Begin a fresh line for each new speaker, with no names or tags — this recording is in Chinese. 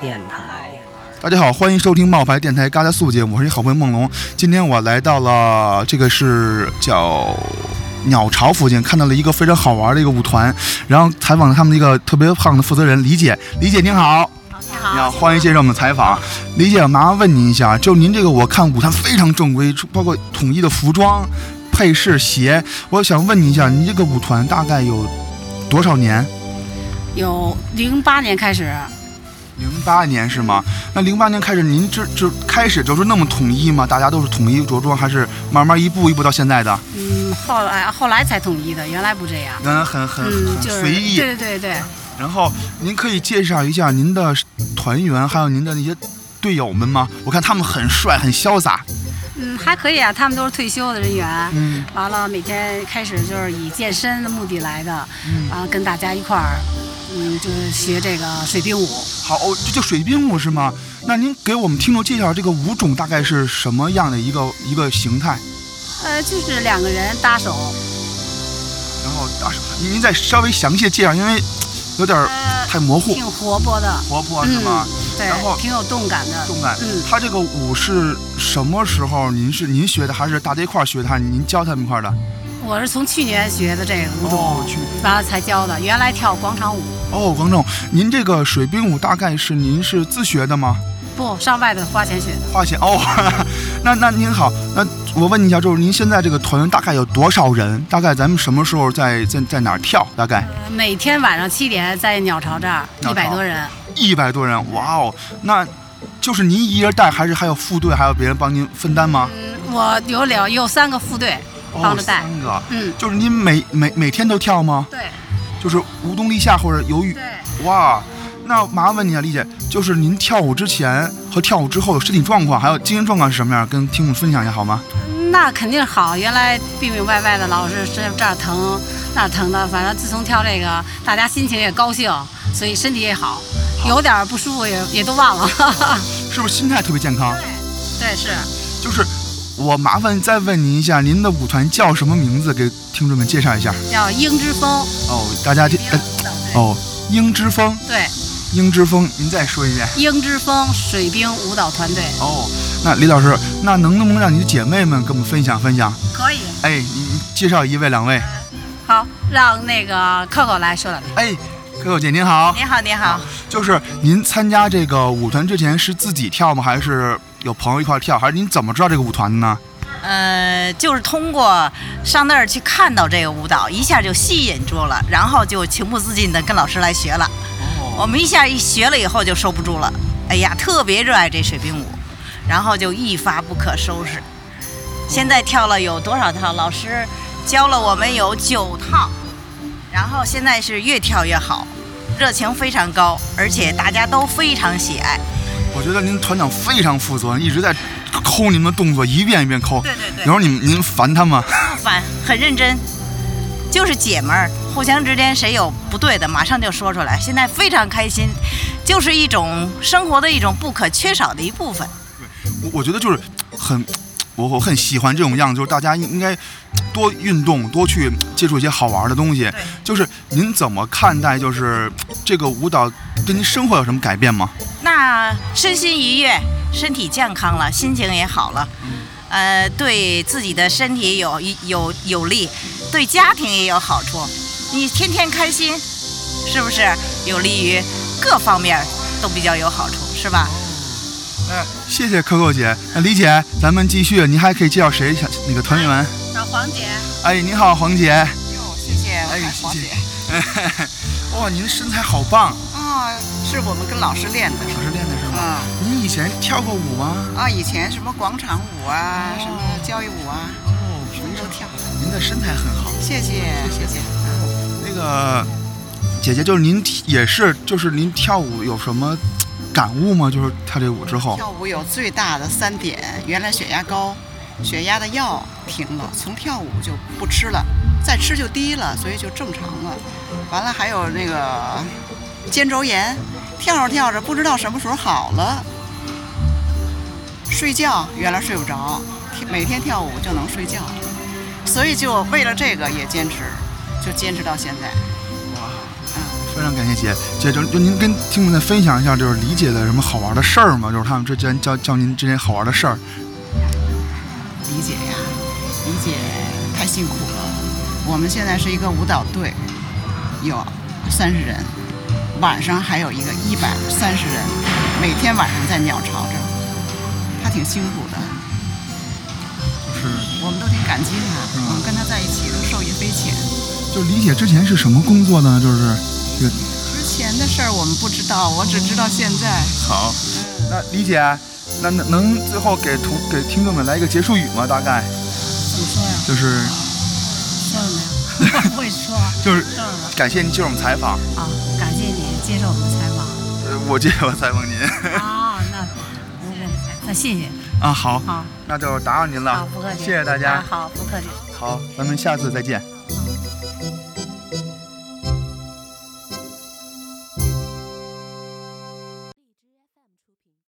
电台。
大家好，欢迎收听冒牌电台嘎达素节目，我是你好朋友梦龙。今天我来到了这个是叫鸟巢附近，看到了一个非常好玩的一个舞团，然后采访了他们的一个特别胖的负责人李姐。李姐您好，
你
你
好
好，欢迎接受我们的采访。李姐，麻烦问您一下，就您这个我看舞团非常正规，包括统一的服装、配饰、鞋，我想问您一下，您这个舞团大概有多少年？
有零八年开始，
零八年是吗？那零八年开始，您这这开始就是那么统一吗？大家都是统一着装，还是慢慢一步一步到现在的？
嗯，后来后来才统一的，原来不这样。
嗯，很很
嗯，
很
就是
随意。
对对对对，
然后您可以介绍一下您的团员，还有您的那些队友们吗？我看他们很帅，很潇洒。
嗯，还可以啊，他们都是退休的人员。
嗯，
完了，每天开始就是以健身的目的来的，
嗯
然后跟大家一块儿，嗯，就是学这个水兵舞。
好，哦，这叫水兵舞是吗？那您给我们听众介绍这个舞种大概是什么样的一个一个形态？
呃，就是两个人搭手，
然后大师，您您再稍微详细地介绍，因为有点儿
呃，
太模糊。
挺活泼的，嗯
活泼啊是吗？
对
然后，
挺有动感的。
动感。
嗯
他这个舞是什么时候？您是您学的，还是大家一块儿学的，还是您教他们一块儿的？
我是从去年学的这个舞
哦
种
去，
完了才教的，原来跳广场舞。
哦，观众，您这个水兵舞大概是您是自学的吗？
不上外头花钱学的，
花钱哦， 那那您好，那我问一下，就是您现在这个团员大概有多少人？大概咱们什么时候在在在哪儿跳？大概
呃每天晚上七点在鸟巢这儿
鸟巢
一百多人，
一百多人，哇哦，那就是您一人带，还是还有副队，还有别人帮您分担吗？
嗯，我有两有三个副队帮
哦，
着带，
三个，
嗯，
就是您每每每天都跳吗？
对
就是无冬立夏或者有雨
对，
哇，那麻烦你啊，丽姐，就是您跳舞之前和跳舞之后的身体状况，还有精神状况是什么样，跟听众分享一下好吗？
嗯那肯定好。原来病病歪歪的，老是这这儿疼那儿疼的，反正自从跳这个，大家心情也高兴，所以身体也好，有点儿不舒服也也都忘了。
是不是心态特别健康？
对，是
就是我麻烦再问您一下，您的舞团叫什么名字？给听众们介绍一下。
叫鹰之风，
哦，大家听，呃哦，鹰之风，
对，
鹰之风，您再说一遍。
鹰之风水兵舞蹈团队
哦，那李老师，那能不能让你的姐妹们跟我们分享分享？
可以。
哎，你你介绍一位两位。
好，让那个扣扣来说两句。
哎，可可姐您好。
你好，你好，
就是您参加这个舞团之前是自己跳吗？还是有朋友一块儿跳？还是您怎么知道这个舞团的呢？
呃，就是通过上那儿去看到这个舞蹈，一下就吸引住了，然后就情不自禁的跟老师来学了。我们一下一学了以后就收不住了，哎呀，特别热爱这水兵舞，然后就一发不可收拾。现在跳了有多少套？老师教了我们有九套，然后现在是越跳越好，热情非常高，而且大家都非常喜爱。
我觉得您团长非常负责，一直在抠你们的动作，一遍一遍抠。
对对对
有时候你们您烦他吗？
反很认真，就是姐们儿互相之间谁有不对的，马上就说出来。现在非常开心，就是一种生活的一种不可缺少的一部分。
我我觉得就是很，我我很喜欢这种样子，就是大家应应该多运动，多去接触一些好玩的东西。就是您怎么看待就是这个舞蹈对您生活有什么改变吗？
那身心愉悦，身体健康了，心情也好了，呃，对自己的身体有有有利，对家庭也有好处。你天天开心，是不是有利于各方面都比较有好处，是吧？
哎，谢谢扣扣姐，那李姐，咱们继续，您还可以介绍谁？想哪个团员？
找黄姐。
哎，你好，黄姐。
哟，谢谢
哎
哎，黄
谢谢
姐。
哇，您身材好棒！
啊，是我们跟老师练的。
老师练的是吗？
嗯
您以前跳过舞吗？
啊，以前什么广场舞啊，什么交谊舞啊，
哦，
什么都跳。
您的身材很好。
谢谢，谢谢。
那个姐姐，就是您也是，就是您跳舞有什么感悟吗？就是跳这舞之后，
跳舞有最大的三点：原来血压高，血压的药停了，从跳舞就不吃了，再吃就低了，所以就正常了。完了还有那个肩周炎，跳着跳着不知道什么时候好了。睡觉原来睡不着，每天跳舞就能睡觉，所以就为了这个也坚持，就坚持到现在。
哇，
嗯，
非常感谢姐姐，就就您跟听众再分享一下，就是李姐的什么好玩的事儿吗？就是他们之前教教您之前好玩的事儿。
理解呀，理解太辛苦了。我们现在是一个舞蹈队，有三十人，晚上还有一个一百三十人，每天晚上在鸟巢这儿，他挺辛苦的，
就是
我们都挺感激他，我们跟他在一起都受益匪浅。
就李姐之前是什么工作呢？就是这个
之前的事儿我们不知道，我只知道现在。
好。那李姐，那能能最后给同给听众们来一个结束语吗？大概
怎么说呀？
就是
说什么呀？我不 会说，
就是
这儿了
感谢您接受我们采访，
啊！感谢你接受我们的采访
呃，我接受采访您
啊，那我我那谢谢，
啊。好，
好，
那就打扰您了
好，不客，气，
谢谢大家
啊。好，不客气。
好，咱们下次再见。
好